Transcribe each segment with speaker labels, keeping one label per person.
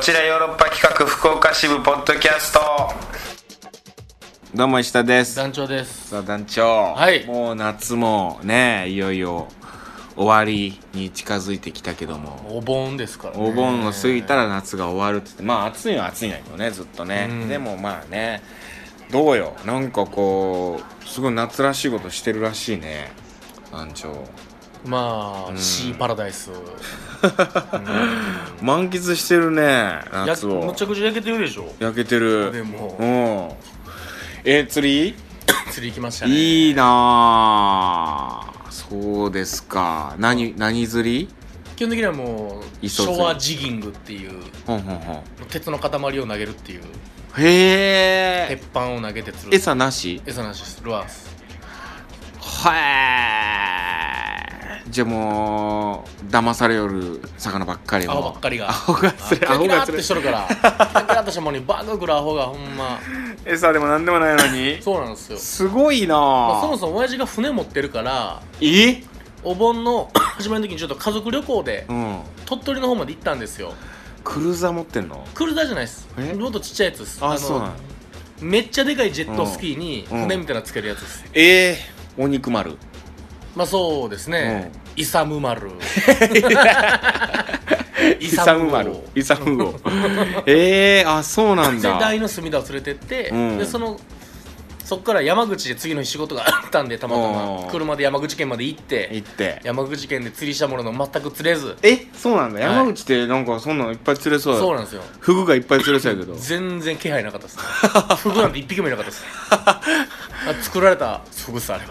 Speaker 1: ちらヨーロッパ企画福岡支部ポッドキャストどうも石田です
Speaker 2: 団長です
Speaker 1: さあ団長、
Speaker 2: はい
Speaker 1: もう夏もねいよいよ終わりに近づいてきたけども
Speaker 2: お盆ですからね
Speaker 1: お盆を過ぎたら夏が終わるって言ってまあ暑いのは暑いんやけどねずっとね、
Speaker 2: うん
Speaker 1: でもまあねどうよなんかこうすごい夏らしいことしてるらしいね団長
Speaker 2: まあ、
Speaker 1: うん
Speaker 2: シーパラダイス、うん
Speaker 1: 満喫してるね
Speaker 2: や
Speaker 1: 夏
Speaker 2: む
Speaker 1: を
Speaker 2: ちゃくちゃ焼けてるでしょ
Speaker 1: 焼けてる
Speaker 2: でも
Speaker 1: うんえ釣り
Speaker 2: 釣り行きましたね
Speaker 1: いいなあそうですか何何釣り
Speaker 2: 基本的にはもう
Speaker 1: 磯釣り
Speaker 2: 昭和ジギングっていう
Speaker 1: ほんほんほん
Speaker 2: 鉄の塊を投げるっていう
Speaker 1: へえ
Speaker 2: 鉄板を投げて釣る
Speaker 1: 餌なし
Speaker 2: 餌なしですルアーです
Speaker 1: はいじゃあもう騙されよる魚ばっかりの
Speaker 2: アホばっかりが
Speaker 1: アホが釣れア
Speaker 2: あキ
Speaker 1: ホ
Speaker 2: ラ
Speaker 1: が
Speaker 2: キ
Speaker 1: 釣
Speaker 2: ラーって
Speaker 1: れ
Speaker 2: しとるからキラキラーってしたもんにバカくるアホがほんま
Speaker 1: 餌でも何でもないのに
Speaker 2: そうなんですよ、
Speaker 1: すごいなあ
Speaker 2: まあ、そもそも親父が船持ってるから
Speaker 1: え
Speaker 2: お盆の始まりの時にちょっと家族旅行で
Speaker 1: うん
Speaker 2: 鳥取の方まで行ったんですよ
Speaker 1: クルーザー持ってんの
Speaker 2: クルーザーじゃないです
Speaker 1: え
Speaker 2: もっとちっちゃいやつです
Speaker 1: あ
Speaker 2: の
Speaker 1: そうなの
Speaker 2: めっちゃでかいジェットスキーに
Speaker 1: うん
Speaker 2: 船みたいなのつけるやつです、
Speaker 1: ええお肉丸
Speaker 2: まあそうですね、イサム 丸
Speaker 1: イサム丸
Speaker 2: を
Speaker 1: イサム号ええあそうなん
Speaker 2: で
Speaker 1: だ
Speaker 2: 大の隅田を連れてって、
Speaker 1: うん
Speaker 2: でそのそっから山口で次の日仕事があったんでたまた
Speaker 1: うん
Speaker 2: ま車で山口県まで行って
Speaker 1: 行って
Speaker 2: 山口県で釣りしたものの全く釣れず
Speaker 1: えそうなんだ
Speaker 2: はい
Speaker 1: 山口ってなんかそんなのいっぱい釣れそう
Speaker 2: そう
Speaker 1: だ
Speaker 2: なんですよ
Speaker 1: フグがいっぱい釣れそうや けど
Speaker 2: 全然気配なかったですフグなんて一匹もいなかっ たですあ作られたフグさあれ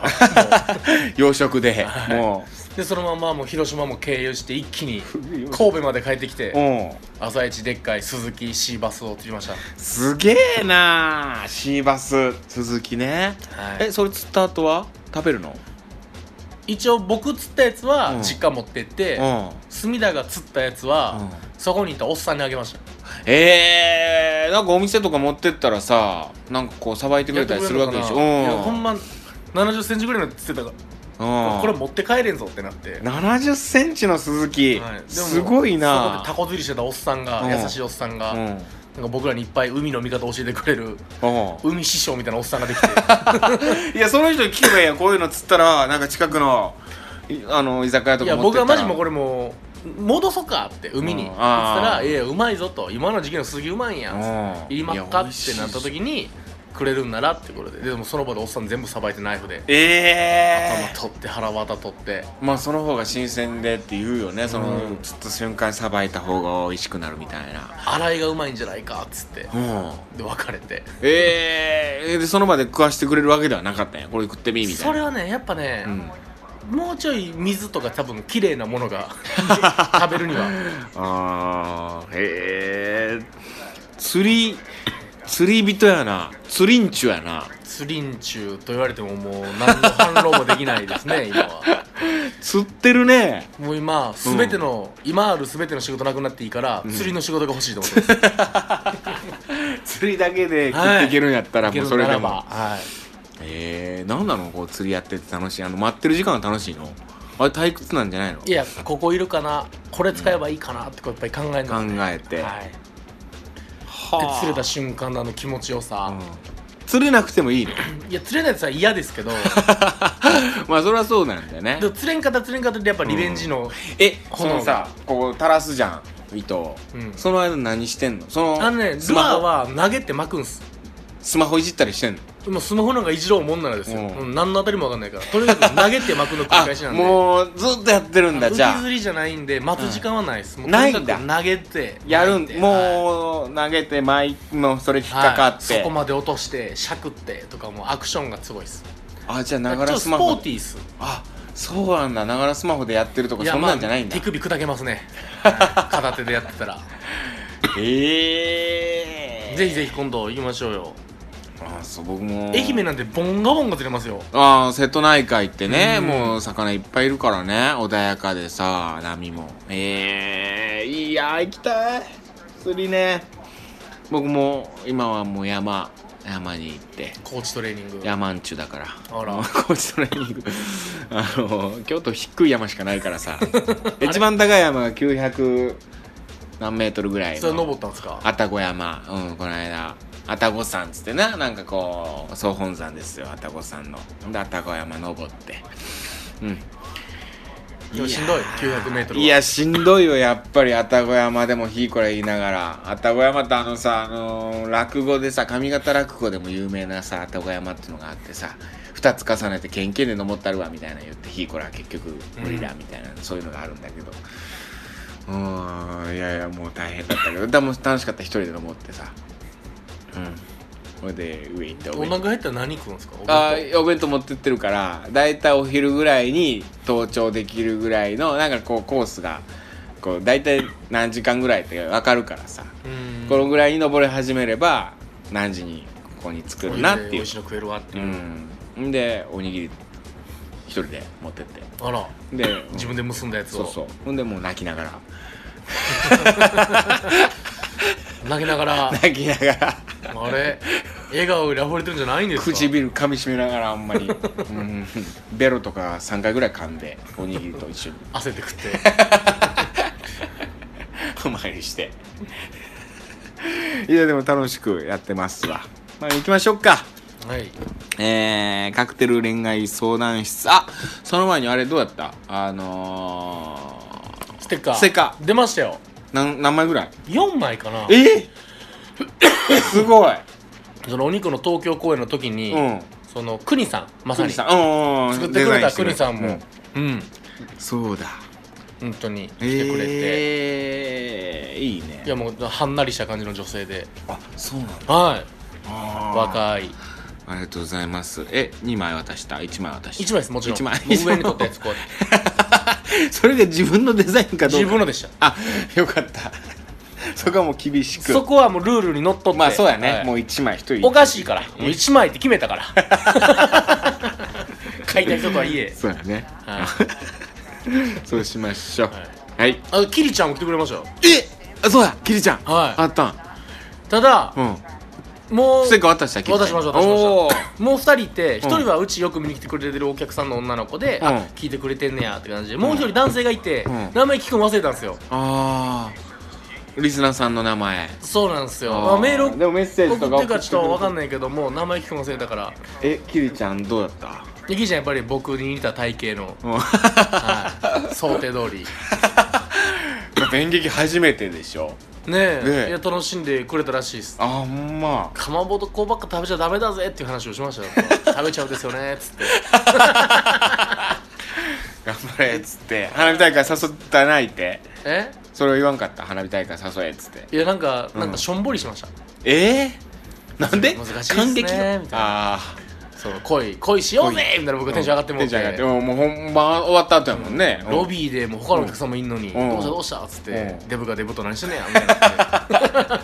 Speaker 2: はも
Speaker 1: 養殖でも
Speaker 2: うでそのままもう広島も経由して一気 に
Speaker 1: う
Speaker 2: 神戸まで帰ってきて
Speaker 1: うん
Speaker 2: 朝一でっかい鈴木シーバスを釣りました
Speaker 1: すげえなあシーバス鈴木ね
Speaker 2: はい
Speaker 1: えそれ釣った後は食べるの
Speaker 2: 一応僕釣ったやつ
Speaker 1: う
Speaker 2: は
Speaker 1: ん
Speaker 2: 実家持ってって、
Speaker 1: うん
Speaker 2: 隅田が釣ったやつは、そこにいたおっさんにあげました
Speaker 1: えー、なんかお店とか持ってったらさなんかこうさばいてくれたりするわけでしょ
Speaker 2: やってくれんのかないやほ
Speaker 1: うん
Speaker 2: んま70センチぐらいの釣ってたか
Speaker 1: う
Speaker 2: ら
Speaker 1: ん
Speaker 2: これ持って帰れんぞってなって、はい
Speaker 1: 70センチの鈴木、
Speaker 2: でも
Speaker 1: すごい
Speaker 2: そこ
Speaker 1: な
Speaker 2: でタコ釣りしてたおっさんが、
Speaker 1: うん
Speaker 2: 優しいおっさんが、
Speaker 1: うん
Speaker 2: なんか僕らにいっぱい海の見方を教えてくれる
Speaker 1: う
Speaker 2: 海師匠みたいなおっさんができて
Speaker 1: んいやその人に聞けばいいやんこういうの釣ったらなんか近くのいあの居酒屋と
Speaker 2: い
Speaker 1: か
Speaker 2: や
Speaker 1: 持って
Speaker 2: 僕
Speaker 1: ったら
Speaker 2: はマジもうこれもう戻そうかって海に、
Speaker 1: うん
Speaker 2: そした
Speaker 1: あ
Speaker 2: ら「
Speaker 1: ー
Speaker 2: いやうまいぞ」と「今の時期の鈴木うまいやん」
Speaker 1: うん
Speaker 2: いりまっか」
Speaker 1: いや
Speaker 2: ってなった
Speaker 1: 美味しい
Speaker 2: 時にくれるんならってことででもその場でおっさん全部さばいてナイフで頭
Speaker 1: ええ
Speaker 2: 取って腹渡取って
Speaker 1: まあその方が新鮮でって言うよねその、
Speaker 2: うん
Speaker 1: 釣った瞬間さばいた方が美味しくなるみたいな
Speaker 2: 洗いがうまいんじゃないかっつって
Speaker 1: うん
Speaker 2: で別れて
Speaker 1: ええでその場で食わしてくれるわけではなかったんやこれ食ってみみたいな
Speaker 2: それはねやっぱね、
Speaker 1: うん
Speaker 2: もうちょい水とか多分綺麗なものが食べるには
Speaker 1: あーへえ釣り釣り人やな釣りんちゅやな
Speaker 2: 釣りんちゅうと言われてももう何の反論もできないですね今は
Speaker 1: 釣ってるね
Speaker 2: もう今全ての、今ある全ての仕事なくなっていいから、釣りの仕事が欲しいと思ってます
Speaker 1: 釣りだけで食っていけるんやったら、
Speaker 2: いけ
Speaker 1: もう
Speaker 2: る
Speaker 1: そ
Speaker 2: な
Speaker 1: れで
Speaker 2: らば
Speaker 1: も
Speaker 2: はい
Speaker 1: えー、何なのこう釣りやってて楽しいあの待ってる時間が楽しいのあれ退屈なんじゃないの
Speaker 2: いやここいるかなこれ使えばいいかなってこうやっぱり考え
Speaker 1: 考
Speaker 2: な
Speaker 1: えて、
Speaker 2: はい、で
Speaker 1: はあ
Speaker 2: 釣れた瞬間のあの気持ちよさ、
Speaker 1: うん釣れなくてもいいの
Speaker 2: いや釣れないやつは嫌ですけど
Speaker 1: まあそれはそうなんだよね
Speaker 2: でも釣れんかった釣れんかったでやっぱリベンジの、
Speaker 1: えそ
Speaker 2: 炎が
Speaker 1: のさここ垂らすじゃん糸を、
Speaker 2: うん
Speaker 1: その間何してんのその
Speaker 2: あのね
Speaker 1: ス
Speaker 2: ル
Speaker 1: マホ
Speaker 2: アーは投げて巻くんす
Speaker 1: スマホいじったりしてんの
Speaker 2: もうスマホなんかいじろうもんならですよ、
Speaker 1: うん
Speaker 2: うん何の当たりも分かんないからとにかく投げて巻くの繰り返しなんで
Speaker 1: もうずっとやってるんだ
Speaker 2: 浮
Speaker 1: じゃ
Speaker 2: き
Speaker 1: あ
Speaker 2: 釣りじゃないんで待つ時間はないです、もう
Speaker 1: ないんだ
Speaker 2: とにかく投げて
Speaker 1: やるん
Speaker 2: 巻いては
Speaker 1: もう投げて前のそれ引っ
Speaker 2: い
Speaker 1: かかって、
Speaker 2: はいそこまで落としてしゃくってとかもうアクションがすごいっす
Speaker 1: あじゃあな
Speaker 2: だか
Speaker 1: が
Speaker 2: らちょ
Speaker 1: ら
Speaker 2: っと
Speaker 1: ス
Speaker 2: ス
Speaker 1: マ
Speaker 2: ポー
Speaker 1: ホ
Speaker 2: ティーっす
Speaker 1: あそうなんだながらスマホでやってるとかそんなんじゃないんだ、
Speaker 2: まあ手首砕けま すねはい片手でやってたら
Speaker 1: ええー、
Speaker 2: ぜひぜひ今度行きましょうよ
Speaker 1: あそう僕も
Speaker 2: 愛媛なんてボンガボンが釣れますよ
Speaker 1: ああ瀬戸内海ってね、
Speaker 2: うん
Speaker 1: もう魚いっぱいいるからね穏やかでさ波もええー、いや行きたい釣りね僕も今はもう山山に行って
Speaker 2: 高知トレーニング
Speaker 1: 山んちゅだから
Speaker 2: あら
Speaker 1: の高知トレーニング あ の京都低い山しかないからさ一番高い山が900何メートルぐらい
Speaker 2: それ登
Speaker 1: の
Speaker 2: ったんですか
Speaker 1: 愛宕山うんこの間愛宕山っつってななんかこう総本山ですよ愛宕山ので愛宕山登ってうん
Speaker 2: でもしんどい 900m はい
Speaker 1: やしんどいよやっぱり愛宕山でもひいこれ言いながら愛宕山ってあのさあのー落語でさ上方落語でも有名なさ愛宕山っていうのがあってさ2つ重ねてけんけんで登ったるわみたいなの言ってひいこれは結局無理だみたいな、そういうのがあるんだけどうーんいやいやもう大変だったけどでも楽しかった一人で登ってさうんそれで上行って
Speaker 2: お腹減ったら何食うんですかお弁当
Speaker 1: あーお弁当持ってってるから大体お昼ぐらいに登頂できるぐらいのなんかこうコースがこう大体何時間ぐらいって分かるからさ、
Speaker 2: うん
Speaker 1: このぐらいに登り始めれば何時にここに作るなっ
Speaker 2: お
Speaker 1: て
Speaker 2: い
Speaker 1: いう
Speaker 2: しいの食えるわって
Speaker 1: う
Speaker 2: いう、
Speaker 1: んんでおにぎり一人で持ってって
Speaker 2: あら
Speaker 1: で
Speaker 2: 自分で結んだやつ
Speaker 1: そ
Speaker 2: を
Speaker 1: うそうほんでもう泣きながら
Speaker 2: 投げな がら
Speaker 1: 泣きながら
Speaker 2: あれ笑顔で溢れてるんじゃないんですか
Speaker 1: 唇噛みしめながらあんまり、うん、ベロとか3回ぐらい噛んでおにぎりと一緒に
Speaker 2: 汗で食って
Speaker 1: お参りしていやでも楽しくやってますわまあ行きましょうか
Speaker 2: はい
Speaker 1: えー、カクテル恋愛相談室あその前にあれどうやったあの
Speaker 2: ステッカー
Speaker 1: ステッカ
Speaker 2: 出ましたよ
Speaker 1: ーなん何枚ぐらい
Speaker 2: 4枚かな
Speaker 1: え すごい
Speaker 2: そのお肉の東京公演の時に、
Speaker 1: うん
Speaker 2: その国さんまさ
Speaker 1: ク
Speaker 2: に
Speaker 1: ニさんうんうんうん
Speaker 2: 作ってくれ
Speaker 1: デザ
Speaker 2: た
Speaker 1: イン
Speaker 2: 国
Speaker 1: して
Speaker 2: さんもうん、
Speaker 1: そうだ
Speaker 2: 本当に来
Speaker 1: え
Speaker 2: てくれて、
Speaker 1: えー、いいね
Speaker 2: いやもうはんなりした感じの女性で
Speaker 1: あそうなんだ
Speaker 2: はい
Speaker 1: あー
Speaker 2: 若い
Speaker 1: ありがとうございますえ2枚渡した1枚渡した
Speaker 2: 1枚ですもちろん
Speaker 1: 一枚
Speaker 2: もう上に取ったや つこうやって
Speaker 1: それが自分のデザインかどう
Speaker 2: 自
Speaker 1: か
Speaker 2: 分のでした
Speaker 1: あよかった そこはもう厳しく
Speaker 2: そこはもうルールにのっとって
Speaker 1: まあそうやね、
Speaker 2: はい
Speaker 1: もう1枚1人
Speaker 2: おかしいからもう1枚って決めたから 買いたい人とはいえ
Speaker 1: そうやね、
Speaker 2: はい
Speaker 1: そうしましょう
Speaker 2: はい
Speaker 1: はい、
Speaker 2: あキリちゃんも来てくれましたよ
Speaker 1: えあそうやキリちゃん、
Speaker 2: はい
Speaker 1: あったん
Speaker 2: ただ
Speaker 1: うん
Speaker 2: もう
Speaker 1: ステッカー渡したキリちゃん
Speaker 2: 渡しました渡しま
Speaker 1: おー
Speaker 2: したもう2人いて1
Speaker 1: うん
Speaker 2: 人はうちよく見に来てくれてるお客さんの女の子で、
Speaker 1: うん
Speaker 2: あ聞いてくれてんねやって感じでもう1人男性がいて、
Speaker 1: うん
Speaker 2: 名前聞くの忘れたんですよ
Speaker 1: あーリスナーさんの名前
Speaker 2: そうなんですよ
Speaker 1: あー
Speaker 2: まあ、メールを
Speaker 1: でもメッセージとか
Speaker 2: 送ってるかちょっと分かん
Speaker 1: ない
Speaker 2: ないけども名前聞くの忘れたから
Speaker 1: えキリちゃんどうだ った
Speaker 2: ゆきちゃんやっぱり僕に似た体型の、
Speaker 1: うん
Speaker 2: はい、想定通り
Speaker 1: だって演劇初めてでしょ
Speaker 2: ねえ
Speaker 1: ねえ
Speaker 2: いや楽しんでくれたらしいです
Speaker 1: あほんま
Speaker 2: かまぼこばっか食べちゃダメだぜっていう話をしましたよ食べちゃうんですよねっつって
Speaker 1: 頑張れっつって花火大会誘ったないって
Speaker 2: え
Speaker 1: それを言わんかった花火大会誘えっつって
Speaker 2: いやなんか、なんかしょんぼりしました
Speaker 1: ええなんで
Speaker 2: 難しいっすね
Speaker 1: 感激の
Speaker 2: みたいな
Speaker 1: ああ
Speaker 2: そう恋恋しようぜみたいな僕テンション上がっても
Speaker 1: テ
Speaker 2: う
Speaker 1: ン
Speaker 2: て
Speaker 1: ション上がってもうもう本番終わった後やもんね、
Speaker 2: ロビーでもう他のお客さんもいんのに「
Speaker 1: うん
Speaker 2: どうしたどうした?」っつって、
Speaker 1: うん
Speaker 2: デブがデブと何してんねや」みたいなっ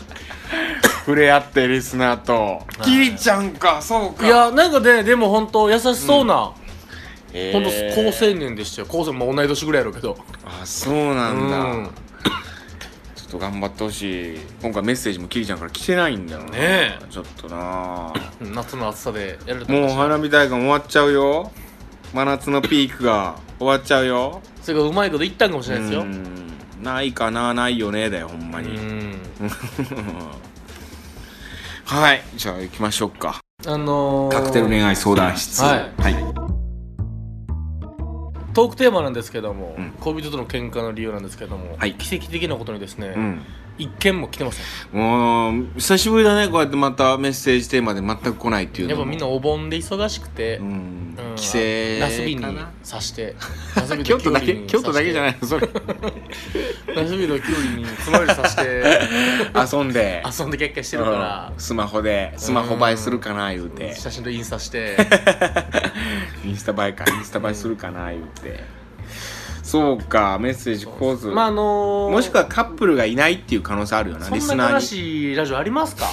Speaker 1: 触れ合ってリスナーと
Speaker 2: い
Speaker 1: キリちゃんかそう
Speaker 2: て
Speaker 1: か
Speaker 2: いやなんかねでも本当優しそうな、
Speaker 1: えー
Speaker 2: 本当高青年でしたよ高青年も同い年ぐらいやろうけど
Speaker 1: あそうなんだ、
Speaker 2: うんね
Speaker 1: ちょっと頑張ってほしい今回メッセージもキリちゃんから来てないんだよね
Speaker 2: え
Speaker 1: ちょっとなあ
Speaker 2: 夏の暑さでやられた
Speaker 1: もう
Speaker 2: も
Speaker 1: 花火大会終わっちゃうよ真夏のピークが終わっちゃうよ
Speaker 2: それがうまいこと言ったんかもしれないですよ
Speaker 1: うんないかなないよねだよほんまに、
Speaker 2: うん
Speaker 1: はいじゃあ行きましょうか
Speaker 2: あのー、
Speaker 1: カクテル恋愛相談室
Speaker 2: はい
Speaker 1: はい、
Speaker 2: トークテーマなんですけども、
Speaker 1: うん
Speaker 2: 恋人との喧嘩の理由なんですけども、
Speaker 1: はい
Speaker 2: 奇跡的なことにですね、
Speaker 1: うん
Speaker 2: 一件も来てません
Speaker 1: もう久しぶりだねこうやってまたメッセージテーマで全く来ないっていう
Speaker 2: や
Speaker 1: のも
Speaker 2: っぱみんなお盆で忙しくて、
Speaker 1: うん
Speaker 2: うん
Speaker 1: 帰省
Speaker 2: ナスビに
Speaker 1: かな
Speaker 2: 刺してナス ビ
Speaker 1: 京都だけ京都だけじゃないいのそれ
Speaker 2: ナスビのキュウリにつまようじ刺して
Speaker 1: 遊んで
Speaker 2: 遊んで結果してるから
Speaker 1: うん、スマホでスマホ映えするかな言うて
Speaker 2: 写真とインスタして
Speaker 1: インスタ映えかインスタ映えするかな言うてそうかメッセージ来ず
Speaker 2: まああのー、
Speaker 1: もしくはカップルがいないっていう可能性あるよなリ
Speaker 2: そ
Speaker 1: ス
Speaker 2: んな
Speaker 1: ナ
Speaker 2: 悲
Speaker 1: ーに
Speaker 2: しいラジオあります か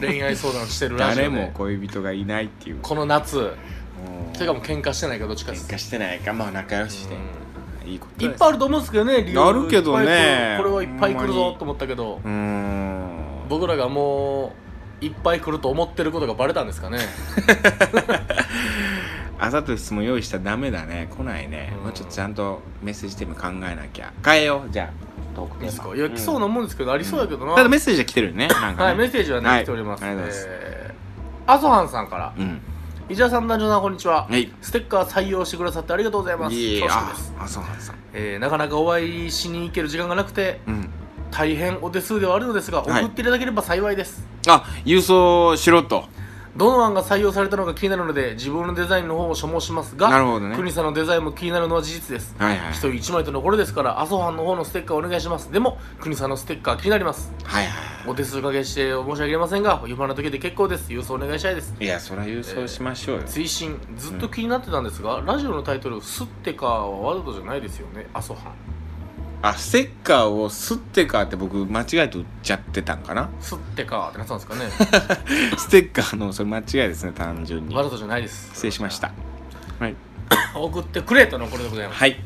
Speaker 2: 恋愛相談してるラジオ
Speaker 1: 誰
Speaker 2: で
Speaker 1: も恋人がいないっていう
Speaker 2: この夏
Speaker 1: うん
Speaker 2: それかもう喧嘩してないかどっちかです
Speaker 1: 喧嘩してないかまあ仲良ししていいこと
Speaker 2: い
Speaker 1: だ
Speaker 2: っぱいあると思うんですけどね理由
Speaker 1: あるけどね
Speaker 2: いっぱい来るこれはいっぱい来る
Speaker 1: ほんま
Speaker 2: ぞ
Speaker 1: に
Speaker 2: と思ったけど
Speaker 1: うーん
Speaker 2: 僕らがもういっぱい来ると思ってることがバレたんで すかね
Speaker 1: あざとい質問用意したらダメだね来ないね
Speaker 2: うん
Speaker 1: もうちょっとちゃんとメッセージテーマ考えなきゃ変えようじゃあトークテーマ
Speaker 2: ですかいや来そうなもんですけど、ありそうだけどな、
Speaker 1: ただメッセージは来てるよ ねなんかね
Speaker 2: はいメッセージはね、
Speaker 1: はい
Speaker 2: 来ております
Speaker 1: ありがとうございます
Speaker 2: えーアソハンさんから
Speaker 1: うん
Speaker 2: 「石田さん男女さんこんにちは」
Speaker 1: はい
Speaker 2: ステッカー採用してくださってありがとうございます
Speaker 1: い
Speaker 2: 恐縮
Speaker 1: あ
Speaker 2: です、
Speaker 1: あそうなんですか
Speaker 2: えーなかなかお会いしに行ける時間がなくて
Speaker 1: うん
Speaker 2: 大変お手数ではあるのですが送
Speaker 1: はい
Speaker 2: っていただければ幸いです、
Speaker 1: あ郵送しろと
Speaker 2: どの案が採用されたのか気になるので自分のデザインの方を所望しますが
Speaker 1: なるほどね
Speaker 2: 国さんのデザインも気になるのは事実です
Speaker 1: はいはい
Speaker 2: 一人一枚とのころですから麻生藩の方のステッカーお願いしますでも国さんのステッカー気になります
Speaker 1: はいは
Speaker 2: お手数かけして申し訳ありませんが暇な時で結構です郵送お願いしたいです
Speaker 1: いいやそりゃ郵送しましょうよ
Speaker 2: 追伸ずっと気になってたんですが、ラジオのタイトル「すってか」はワードじゃないですよね麻生藩
Speaker 1: あステッカーをすってかって僕間違えて売っちゃってたんかな
Speaker 2: すってかってなってたんですかね
Speaker 1: ステッカーのそれ間違いですね単 純に
Speaker 2: ワードじゃないです
Speaker 1: 失礼しましたはい
Speaker 2: 送ってくれとのこれでございます
Speaker 1: はい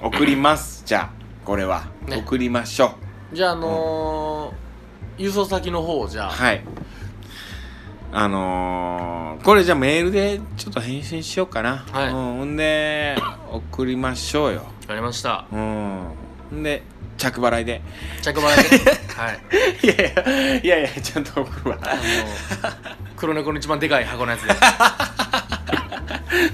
Speaker 1: 送りますじゃあこれは、
Speaker 2: ね
Speaker 1: 送りましょ
Speaker 2: じゃああのー郵送先の方をじ
Speaker 1: う
Speaker 2: ゃあ、
Speaker 1: はいあのー、これじゃあメールでちょっと返信しようかな、
Speaker 2: はい
Speaker 1: うん、ほんで送りましょうよ
Speaker 2: わかりました
Speaker 1: うんほんで着払いで
Speaker 2: 着払いではい
Speaker 1: いやいやいやいやちゃんと送るわ
Speaker 2: あのー黒猫の一番でかい箱のやつで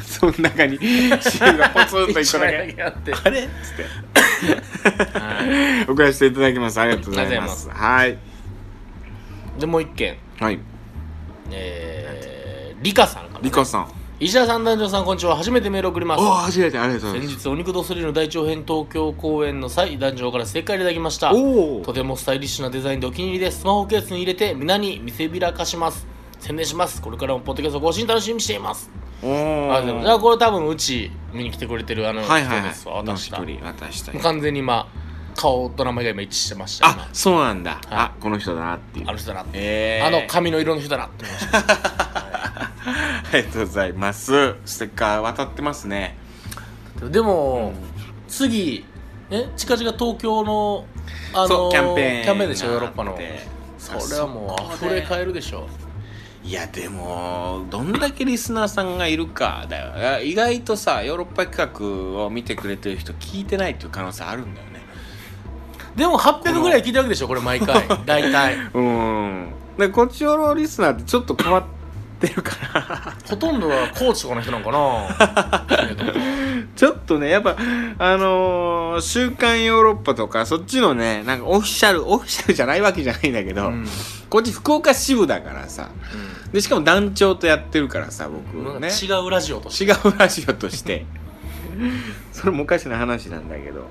Speaker 1: その中に汁がポツン と一個だけ
Speaker 2: あって
Speaker 1: あれっつって
Speaker 2: は
Speaker 1: 送らせていただきますありがとうございますはい
Speaker 2: いでもう一件
Speaker 1: はい
Speaker 2: えー、リカさんから
Speaker 1: リカさん
Speaker 2: 石田さん男女さんこんにちは初めてメール送ります
Speaker 1: おお初めてありがとうござ
Speaker 2: 先
Speaker 1: います
Speaker 2: 日お肉とスリルの大長編東京公演の際男女から正解いただきました
Speaker 1: おお
Speaker 2: とてもスタイリッシュなデザインでお気に入りですスマホケースに入れて皆に見せびらかします宣伝しますこれからもポッドキャスト更新楽しみにしています
Speaker 1: おお
Speaker 2: あでもじゃあこれ多分うち見に来てくれてるあの人
Speaker 1: はいはいは
Speaker 2: で
Speaker 1: い
Speaker 2: すわ、私だ
Speaker 1: の
Speaker 2: も
Speaker 1: 一人私だ
Speaker 2: う完全に今顔と名前が今一致してました
Speaker 1: あそうなんだあこの人だなっていう
Speaker 2: 今あの人だなって、
Speaker 1: えー
Speaker 2: あの髪の色の人だなって思いました
Speaker 1: ありがとうございますステッカー渡ってますね
Speaker 2: でも、次ね近々東京のあの
Speaker 1: そうキャンペーン
Speaker 2: キャンペーンでしょヨーロッパの
Speaker 1: があって
Speaker 2: それはも
Speaker 1: あ
Speaker 2: う
Speaker 1: そ
Speaker 2: 溢
Speaker 1: こで
Speaker 2: れ返るでしょ
Speaker 1: いやでもどんだけリスナーさんがいるかだよいや意外とさヨーロッパ企画を見てくれてる人聞いてないっていう可能性あるんだよね
Speaker 2: でも800ぐらい聞いてるわけでしょこれ 毎回大体
Speaker 1: うんでこっちよろリスナーってちょっと変わってる から
Speaker 2: ほとんどはコーチとかの人なん かな
Speaker 1: ちょっとねやっぱあのー週刊ヨーロッパとかそっちのねなんかオフィシャルオフィシャルじゃないわけじゃないんだけど、
Speaker 2: うん
Speaker 1: こっち福岡支部だからさでしかも団長とやってるからさ僕
Speaker 2: うん
Speaker 1: ね
Speaker 2: 違うラジオとして
Speaker 1: 違うラジオとして それもおかしな話なんだけど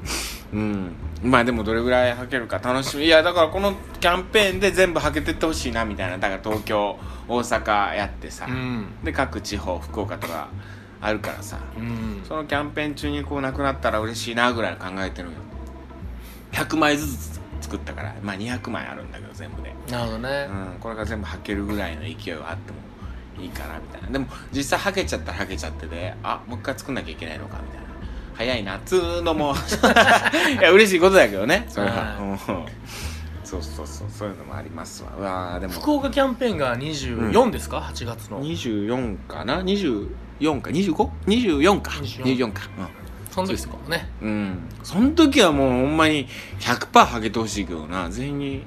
Speaker 1: うんまあでもどれぐらいはけるか楽しみいやだからこのキャンペーンで全部はけてってほしいなみたいなだから東京大阪やってさ、
Speaker 2: うん
Speaker 1: で各地方福岡とかあるからさ
Speaker 2: うん
Speaker 1: そのキャンペーン中にこうなくなったら嬉しいなぐらいの考えてるよ100枚ずつ作ったからまあ200枚あるんだけど全部で
Speaker 2: なるほどね
Speaker 1: うん、これが全部はけるぐらいの勢いはあってもいいかなみたいなでも実際はけちゃったらはけちゃってであもう一回作んなきゃいけないのかみたいな早いなっつうのもいや嬉しいことだけどねそれは、
Speaker 2: は
Speaker 1: うんそうそうそうそういうのもありますわうわーでも
Speaker 2: 福岡キャンペーンが24ですか8月の
Speaker 1: 24かな24か 25?24 か
Speaker 2: 24
Speaker 1: 24か
Speaker 2: その時ですかね
Speaker 1: うん、うん、その時はもうほんまに100%はけてほしいけどな全員に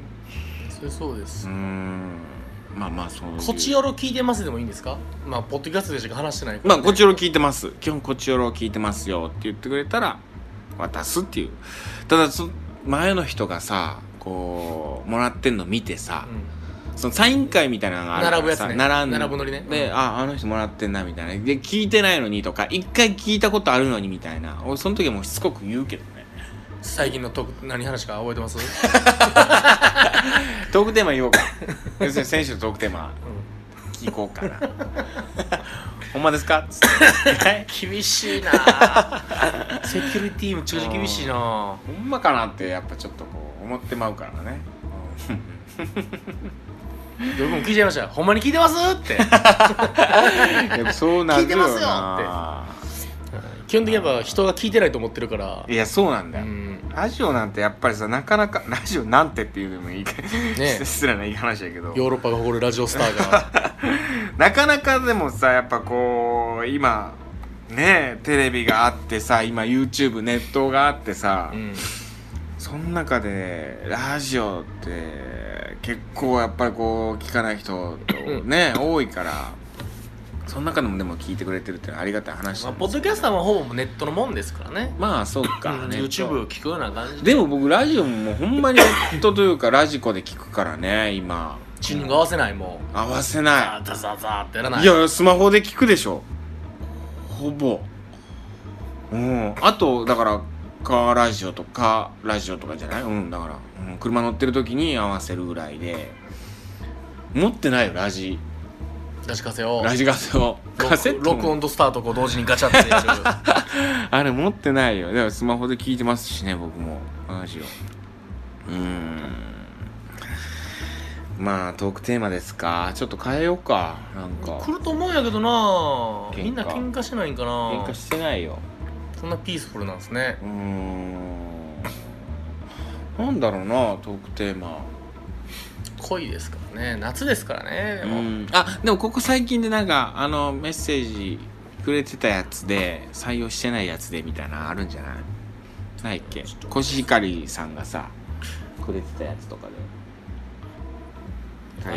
Speaker 2: それそうで
Speaker 1: う
Speaker 2: す
Speaker 1: ーんまあまあそういう
Speaker 2: こちよろ聞いてますでもいいんですかまあポッドキャストでしか話してないから
Speaker 1: まあ、こちよろ聞いてます。基本こちよろ聞いてますよって言ってくれたら、渡すっていう。ただ、そ前の人がさ、こう、もらってんの見てさ、
Speaker 2: う
Speaker 1: そのサイン会みたいなのがあるからさ、
Speaker 2: 並ぶやつね
Speaker 1: 並んで、
Speaker 2: 並ぶノリね
Speaker 1: で、
Speaker 2: うん
Speaker 1: あ、あの人もらってんなみたいな。で、聞いてないのにとか、一回聞いたことあるのにみたいな。俺、その時はもうしつこく言うけどね。
Speaker 2: ん最近のトーク何話か覚えてます
Speaker 1: トークテーマ言お うか。要するに選手のトークテーマ
Speaker 2: うん
Speaker 1: 聞こうか な。ほんまですかつって。はい
Speaker 2: 厳し いなぁセキュリティめちゃくちゃ厳しいなぁ
Speaker 1: ほんまかなってやっぱちょっとこう思ってまうからね。
Speaker 2: どこも聞いちゃいましたよほんまに聞いてま すって
Speaker 1: やっぱそうなるよな。
Speaker 2: 聞いてます基本的にやっぱ人が聞いてないと思ってるから
Speaker 1: いやそうなん
Speaker 2: う
Speaker 1: だよ。
Speaker 2: ん
Speaker 1: ラジオなんてやっぱりさなかなかラジオなんてっていうのもいいけど、
Speaker 2: ね
Speaker 1: 失礼ないい話だけど
Speaker 2: ヨーロッパが誇るラジオスターが
Speaker 1: なかなかでもさやっぱこう今ねテレビがあってさ今 YouTube ネットがあってさ、
Speaker 2: うん
Speaker 1: その中でラジオって結構やっぱりこう聞かない人とね多いからその中でもでも聞いてくれてるっていうのはありがたい話
Speaker 2: ま
Speaker 1: な
Speaker 2: あ、
Speaker 1: ん
Speaker 2: ポ
Speaker 1: で
Speaker 2: ッ
Speaker 1: す
Speaker 2: ドキャスターはほぼネットのもんですからね
Speaker 1: まあそうか
Speaker 2: うん
Speaker 1: ね
Speaker 2: YouTube を聞くような感じで
Speaker 1: でも僕ラジオもほんまにネットというかラジコで聞くからね今
Speaker 2: チューニング合わせないもう
Speaker 1: 合わせ
Speaker 2: ザ
Speaker 1: な
Speaker 2: ザザザーってやらない
Speaker 1: いいやスマホで聞くでしょほぼうんあとだからカーラジオとかラジオとかじゃないうんだから、うん、車乗ってる時に合わせるぐらいで持ってないよラジ
Speaker 2: 出しかせを
Speaker 1: ラジカセをカセットも
Speaker 2: 録音とスタートこう同時にガチャっ てやる
Speaker 1: あれ持ってないよでもスマホで聞いてますしね僕もラジオうーんまあトークテーマですかちょっと変えようかなん
Speaker 2: 来
Speaker 1: か
Speaker 2: ると思うんやけどな
Speaker 1: 喧嘩
Speaker 2: みんな喧嘩してないんかな
Speaker 1: 喧嘩してないよ
Speaker 2: そんなピースフルなんですね
Speaker 1: うーんなんだろうなトークテーマ
Speaker 2: 恋ですからね夏ですからね
Speaker 1: う
Speaker 2: でも
Speaker 1: んあでもここ最近でなんかあのメッセージくれてたやつで採用してないやつでみたいなのあるんじゃないないっけコシヒカリさんがさくれてたやつとかで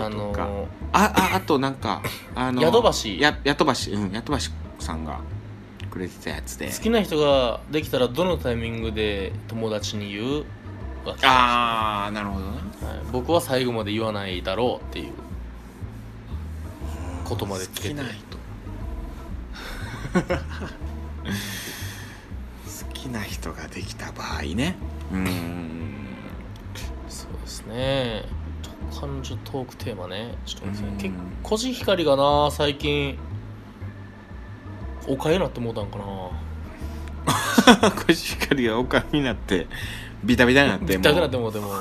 Speaker 2: あのー
Speaker 1: あああとなんかあの
Speaker 2: ヤドバシ
Speaker 1: やヤトバシうんヤトバシさんがくれてたやつで
Speaker 2: 好きな人ができたらどのタイミングで友達に言う
Speaker 1: ああなるほどな
Speaker 2: はい僕は最後まで言わないだろうっていうことまでつけて
Speaker 1: 好きな人好きな人ができた場合ねうん
Speaker 2: そうですねと彼女トークテーマねちょっと待ってください
Speaker 1: うん
Speaker 2: 結構コシヒカリがな最近おかゆなってもうたんかな
Speaker 1: コシヒカリがおかみになってビタビタになって
Speaker 2: 痛
Speaker 1: も
Speaker 2: くなっ
Speaker 1: う
Speaker 2: てもうても、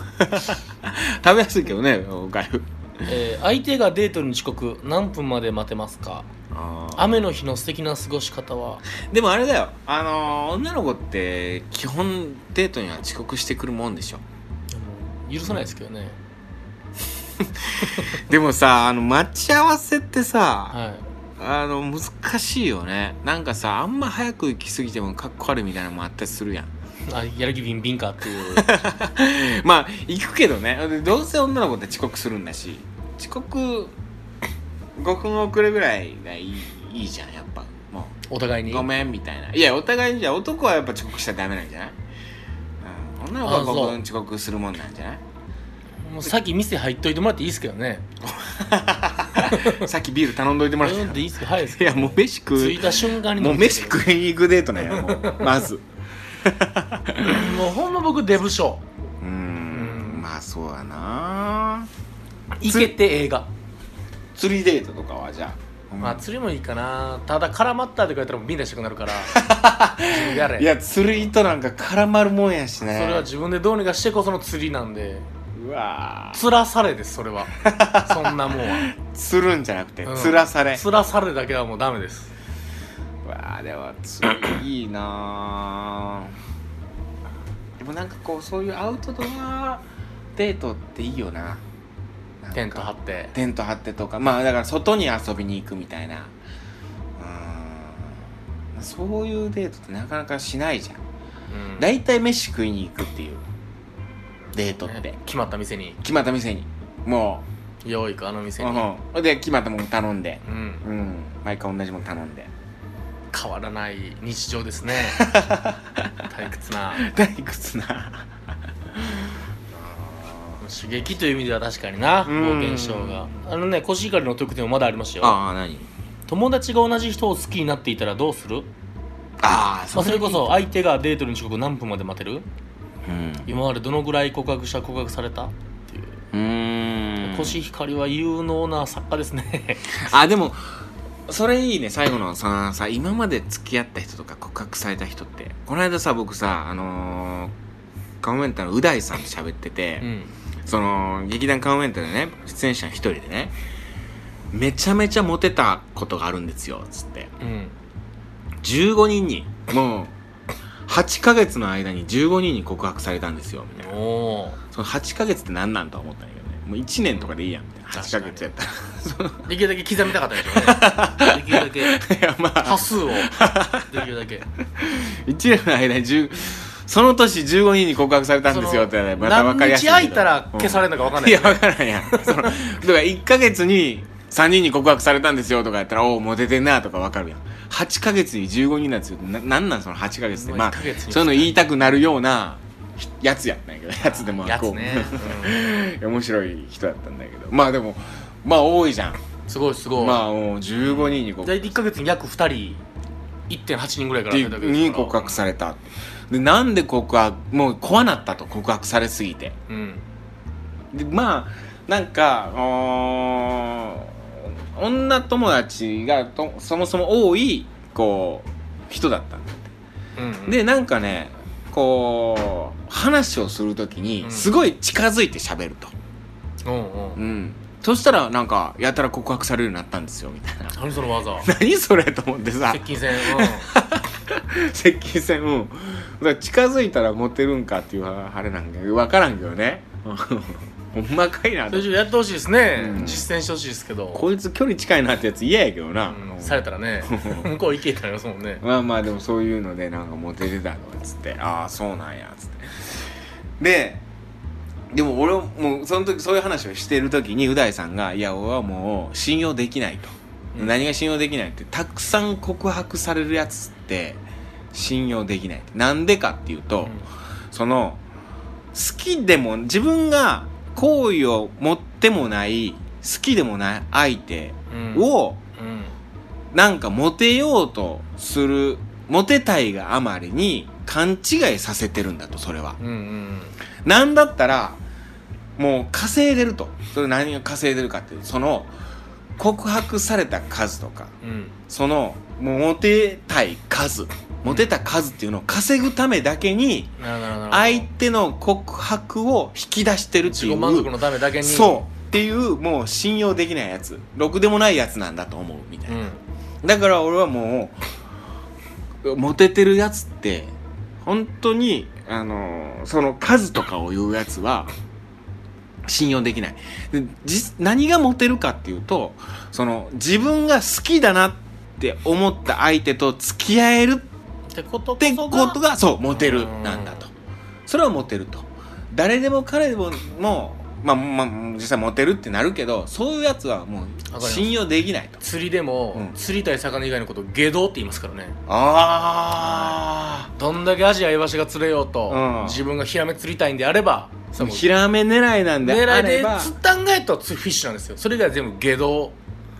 Speaker 1: 食べやすいけどねおかゆ
Speaker 2: えー相手がデートに遅刻何分まで待てますか
Speaker 1: あー
Speaker 2: 雨の日の素敵な過ごし方は
Speaker 1: でもあれだよあのー女の子って基本デートには遅刻してくるもんでしょ
Speaker 2: でも許さないですけどね、
Speaker 1: でもさあの待ち合わせってさ、
Speaker 2: はい
Speaker 1: あの難しいよねなんかさあんま早く行き過ぎてもかっこ悪いみたいなのもあったりするやん
Speaker 2: あやる気ビンビンかっていう
Speaker 1: まあ行くけどねでどうせ女の子って遅刻するんだし遅刻5分遅れぐらいがいいいいじゃんやっぱも
Speaker 2: お互いうに
Speaker 1: ごめんみたいないやお互いにじゃあ男はやっぱ遅刻しちゃダメなんじゃない、うん、女の子は
Speaker 2: あそう
Speaker 1: 5分遅刻するもんなんじゃない
Speaker 2: もうさっき店入っといてもらっていいですけどね
Speaker 1: さっきビール頼んどいてもらっ
Speaker 2: 頼ん
Speaker 1: た
Speaker 2: でいい
Speaker 1: い
Speaker 2: ですけど早いですけど
Speaker 1: やもう飯食
Speaker 2: 着いうた瞬間に
Speaker 1: もう飯食いに行くデートなんやも うまず
Speaker 2: もうほんま僕デブ賞
Speaker 1: うーんまあそうやな
Speaker 2: 行けて映画
Speaker 1: 釣りデートとかはじゃあ、
Speaker 2: まあ釣りもいいかなただ絡まったとか言ったらもうみんなしたくなるから自分でやれ
Speaker 1: いや釣り糸なんか絡まるもんやしね
Speaker 2: それは自分でどうにかしてこその釣りなんで
Speaker 1: うわ
Speaker 2: 釣らされですそれはそんなもんは、
Speaker 1: ー釣るんじゃなくて、
Speaker 2: うん
Speaker 1: 釣らされ
Speaker 2: 釣らされだけはもうダメです
Speaker 1: うわーでも釣りいいなーでもなんかこうそういうアウトドアデートっていいよななんか
Speaker 2: テント張って
Speaker 1: テント張ってとかまあだから外に遊びに行くみたいなうーんそういうデートってなかなかしないじゃん
Speaker 2: うん
Speaker 1: 大体飯食いに行くっていうデートって
Speaker 2: ね決まった店に
Speaker 1: 決まった店にも
Speaker 2: よいくあの
Speaker 1: う
Speaker 2: 店にうん、
Speaker 1: うんで決まったもん頼んでうん毎回同じもん頼んで
Speaker 2: 変わらない日常です ね退屈な
Speaker 1: 退屈な
Speaker 2: 刺激という意味では確かにな
Speaker 1: うん
Speaker 2: 冒険症があのねコシヒカリの特典もまだありましたよ
Speaker 1: ああ何
Speaker 2: 友達が同じ人を好きになっていたらどうする、
Speaker 1: ああ
Speaker 2: まあ、それこそ相手がデートに遅刻何分まで待てる
Speaker 1: うん
Speaker 2: 今までどのぐらい告白した告白されたっていう
Speaker 1: うーん
Speaker 2: コシヒカリは有能な作家です ね
Speaker 1: あでもそれいいね最後のそのさ今まで付き合った人とか告白された人ってこの間さ僕さあのー、カモメンタルのう大さんと喋ってて、
Speaker 2: うん
Speaker 1: その劇団カウメンタルでね出演者の一人でねめちゃめちゃモテたことがあるんですよつって
Speaker 2: うん
Speaker 1: 15人にもう8ヶ月の間に15人に告白されたんですよみたいな
Speaker 2: おお
Speaker 1: その8ヶ月って何なんとは思ったんだけどねもう1年とかでいいやんみたいな8ヶ月やった
Speaker 2: できるだけ刻みたかったでしょうねできるだけ
Speaker 1: ら いやまあ
Speaker 2: 端数をできるだけ
Speaker 1: 1年の間に10その年15人に告白されたんですよってねまた分かりやすいけど
Speaker 2: 何日空いたら消されるのか分かんない
Speaker 1: い
Speaker 2: よ
Speaker 1: や分
Speaker 2: ね
Speaker 1: からんやんそのだから1ヶ月に3人に告白されたんですよとかやったらおおモテてんなとか分かるやん8ヶ月に15人なんですよななんなんその8ヶ月って
Speaker 2: もう
Speaker 1: まあ
Speaker 2: 一ヶ月に
Speaker 1: そういうの言いたくなるようなやつやったんやけどやつでも
Speaker 2: やつね、
Speaker 1: 面白い人だったんだけどまあでもまあ多いじゃん
Speaker 2: うんすごいすごい、
Speaker 1: まあもう15人に告
Speaker 2: 大体1ヶ月に約2人1.8人ぐらいから
Speaker 1: ってに告白されたでなんで告白もう怖なったと告白されすぎて
Speaker 2: うん
Speaker 1: でまあなんかうーん女友達がとそもそも多いこう人だったんだ
Speaker 2: うん
Speaker 1: でなんかねこう話をするとき
Speaker 2: う
Speaker 1: に
Speaker 2: ん
Speaker 1: すごい近づいて喋ると、
Speaker 2: うんうん
Speaker 1: うん、そしたらなんかやたら告白されるようになったんですよみたいな
Speaker 2: 何その技
Speaker 1: 何それと思ってさ
Speaker 2: 接近戦
Speaker 1: 接近戦うんだから近づいたらモテるんかっていうあれなんか分からんけどね うんほんまかいな
Speaker 2: うんそれ以上やってほしいですね、
Speaker 1: うん
Speaker 2: 実践してほしいですけど、
Speaker 1: こいつ距離近いなってやつ嫌やけどな、
Speaker 2: うんされた らね向こう行けってなりますもんね
Speaker 1: まあまあでもそういうのでなんかモテてたとかっつってああそうなんやっつってででも俺もうその時そういう話をしてる時にう大さんが「いや俺はもう信用できない」と「
Speaker 2: うん
Speaker 1: 何が信用できない?」ってたくさん告白されるやつって信用できないってなんでかっていうと、その好きでも自分が好意を持ってもない好きでもない相手
Speaker 2: うんうん
Speaker 1: を
Speaker 2: うん
Speaker 1: なんかモテようとするモテたいがあまりに勘違いさせてるんだとそれは。
Speaker 2: うんうん
Speaker 1: なんだったらもう稼いでるとそれ何が稼いでるかっていうその告白された数とか
Speaker 2: うん
Speaker 1: そのもうモテたい数モテた数っていうのを稼ぐためだけに
Speaker 2: なるほどなるほど
Speaker 1: 相手の告白を引き出してるって
Speaker 2: 自
Speaker 1: い
Speaker 2: 己
Speaker 1: う
Speaker 2: 満足のためだけに
Speaker 1: そうっていうもう信用できないやつろくでもないやつなんだと思うみたいな、
Speaker 2: ん
Speaker 1: だから俺はもうモテてるやつって本当にあのーその数とかを言うやつは信用できないで実何がモテるかっていうとその自分が好きだなって思った相手と付き合える
Speaker 2: ってこと
Speaker 1: っ
Speaker 2: こ
Speaker 1: て
Speaker 2: そ
Speaker 1: ことがそうモテる
Speaker 2: うん
Speaker 1: なんだとそれはモテると誰でも彼でももうまあまあ実際モテるってなるけどそういうやつはも
Speaker 2: りま
Speaker 1: う
Speaker 2: す
Speaker 1: 信用できないと
Speaker 2: 釣りでも、
Speaker 1: うん
Speaker 2: 釣りたい魚以外のことを下道って言いますからね
Speaker 1: あ
Speaker 2: どんだけアジやイワシが釣れようと、
Speaker 1: うん
Speaker 2: 自分がヒラメ釣りたいんであればそ
Speaker 1: あ
Speaker 2: の
Speaker 1: ヒラメ狙いなんで
Speaker 2: 狙
Speaker 1: あ
Speaker 2: いで
Speaker 1: れば
Speaker 2: 釣ったんがやったら釣フィッシュなんですよそれ以外は全部下道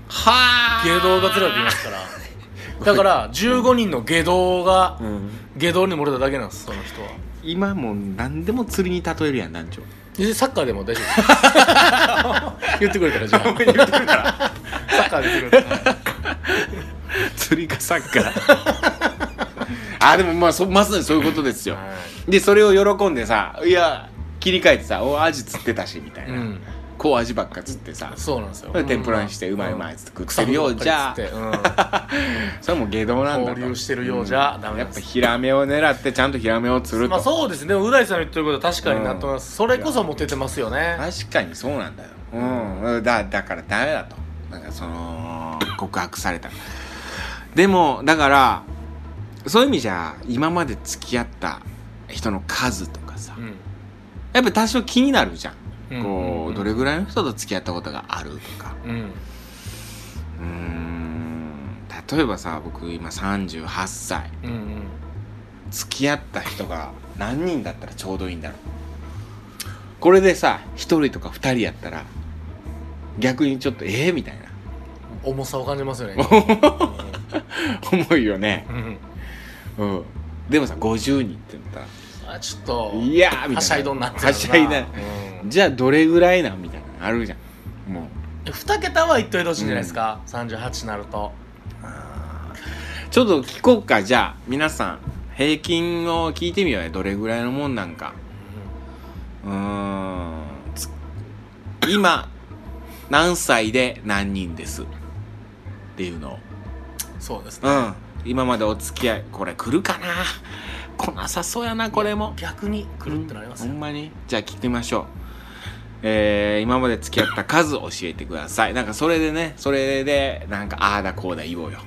Speaker 1: は
Speaker 2: 下道が釣れるって言いますから だから15人の下道が
Speaker 1: うん
Speaker 2: 下道に漏れただけなんですその人は
Speaker 1: 今もう何でも釣りに例えるやん団長
Speaker 2: でサッカーでも大丈 夫です言ってくれたらじゃあ
Speaker 1: 言ってるから
Speaker 2: サッカーで言ってくれたら
Speaker 1: 釣りかサッカー あでもまあそまさにそういうことですよ でそれを喜んでさいや切り替えてさ「おアジ釣ってたし」みたいうな、
Speaker 2: ん
Speaker 1: こう味ばっか釣ってさ
Speaker 2: そうなんですよ
Speaker 1: 天ぷらにしてうまいうまいっつって食ってるようじゃ
Speaker 2: 草ばっ
Speaker 1: それはもう下道なんだと
Speaker 2: 交流してるようじゃダメ
Speaker 1: や
Speaker 2: な
Speaker 1: っ
Speaker 2: んです
Speaker 1: ぱヒラメを狙ってちゃんとヒラメを釣る
Speaker 2: りつってうん ま
Speaker 1: と
Speaker 2: あそうですねでもう大さんの言ってることは確かになと思います、それこそモテてますよね
Speaker 1: 確かにそうなんだようんだだからダメだとなんかその告白されたでもだからそういう意味じゃ今まで付き合った人の数とかさ
Speaker 2: うん
Speaker 1: やっぱ多少気になるじゃん
Speaker 2: うん
Speaker 1: こうどれぐらいの人と付き合ったことがあるとか
Speaker 2: うん
Speaker 1: うーん例えばさ僕今38歳
Speaker 2: うんうん
Speaker 1: 付き合った人が何人だったらちょうどいいんだろうこれでさ1人とか2人やったら逆にちょっとええみたいな
Speaker 2: 重さを感じますよね、
Speaker 1: 思うよね、
Speaker 2: うんうん
Speaker 1: うん、でもさ50人って言ったら
Speaker 2: あちょっと
Speaker 1: いやーみたいな
Speaker 2: はしゃいどんなってな
Speaker 1: はしゃいだ
Speaker 2: うん
Speaker 1: じゃあどれぐらいなんみたいなのあるじゃんもう
Speaker 2: 二桁はいっといてほしいんじゃないですか、38になると
Speaker 1: ちょっと聞こうかじゃあ皆さん平均を聞いてみようよどれぐらいのもんなんかうーんつ今何歳で何人ですっていうのを
Speaker 2: そうですね
Speaker 1: うん今までお付き合いこれ来るかな来なさそうやなこれも
Speaker 2: 逆にくるってなります
Speaker 1: ほ
Speaker 2: よ、
Speaker 1: んまにじゃあ聞いてみましょうえー、今まで付き合った数教えてくださいなんかそれでねそれでなんかああだこうだ言おうよ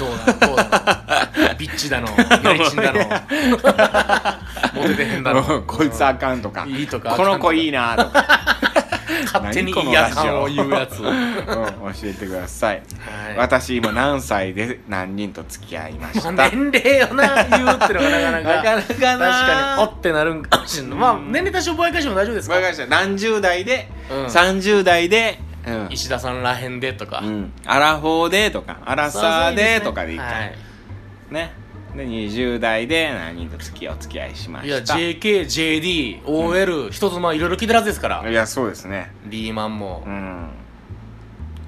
Speaker 2: どうだどうだの ビッチだの外人だのモテてへんだ
Speaker 1: う
Speaker 2: の
Speaker 1: んこいつあかんとか
Speaker 2: いいとか
Speaker 1: この子いいなと か、
Speaker 2: 勝手に
Speaker 1: 何この
Speaker 2: 嫌
Speaker 1: ラジオ
Speaker 2: 感を言うや
Speaker 1: う
Speaker 2: つ
Speaker 1: ん教えてください、
Speaker 2: はい
Speaker 1: 私今何歳で何人と付き合いました
Speaker 2: まあ年齢をな言うってのがな
Speaker 1: なか
Speaker 2: かなか
Speaker 1: なかな
Speaker 2: 確かにおってなるんかもしんないまあ
Speaker 1: うん
Speaker 2: 年齢多少ぼやかしても大丈夫ですか
Speaker 1: わかりました何十代で、
Speaker 2: うん
Speaker 1: 30代で、うん
Speaker 2: 石田さんらへんでとか、
Speaker 1: うんアラフォーでとかアラサーでとかでいいから
Speaker 2: は
Speaker 1: ねで20代で何人と付き合いお付き合いしま
Speaker 2: い、いや
Speaker 1: したい
Speaker 2: JKJDOL、OL 一つまあいろいろ聞いてるはずですから
Speaker 1: やそうですね
Speaker 2: リーマンも、
Speaker 1: うん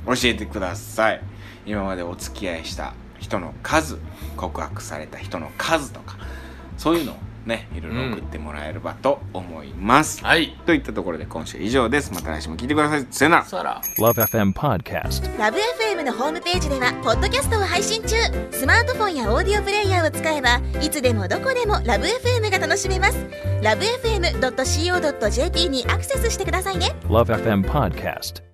Speaker 1: 教えてください今までお付き合いした人の数告白された人の数とかそういうのをねいろいろ送ってもらえればと思います、
Speaker 2: はい
Speaker 1: といったところで今週以上ですまた来週も聞いてくださいさよなら
Speaker 2: そしたら
Speaker 3: Love FM Podcast.
Speaker 4: ラブ f m のホームページではポッドキャストを配信中スマートフォンやオーディオプレイヤーを使えばいつでもどこでもラブ f m が楽しめますラブ FM.co.jp にアクセスしてくださいね
Speaker 3: Love FM Podcast.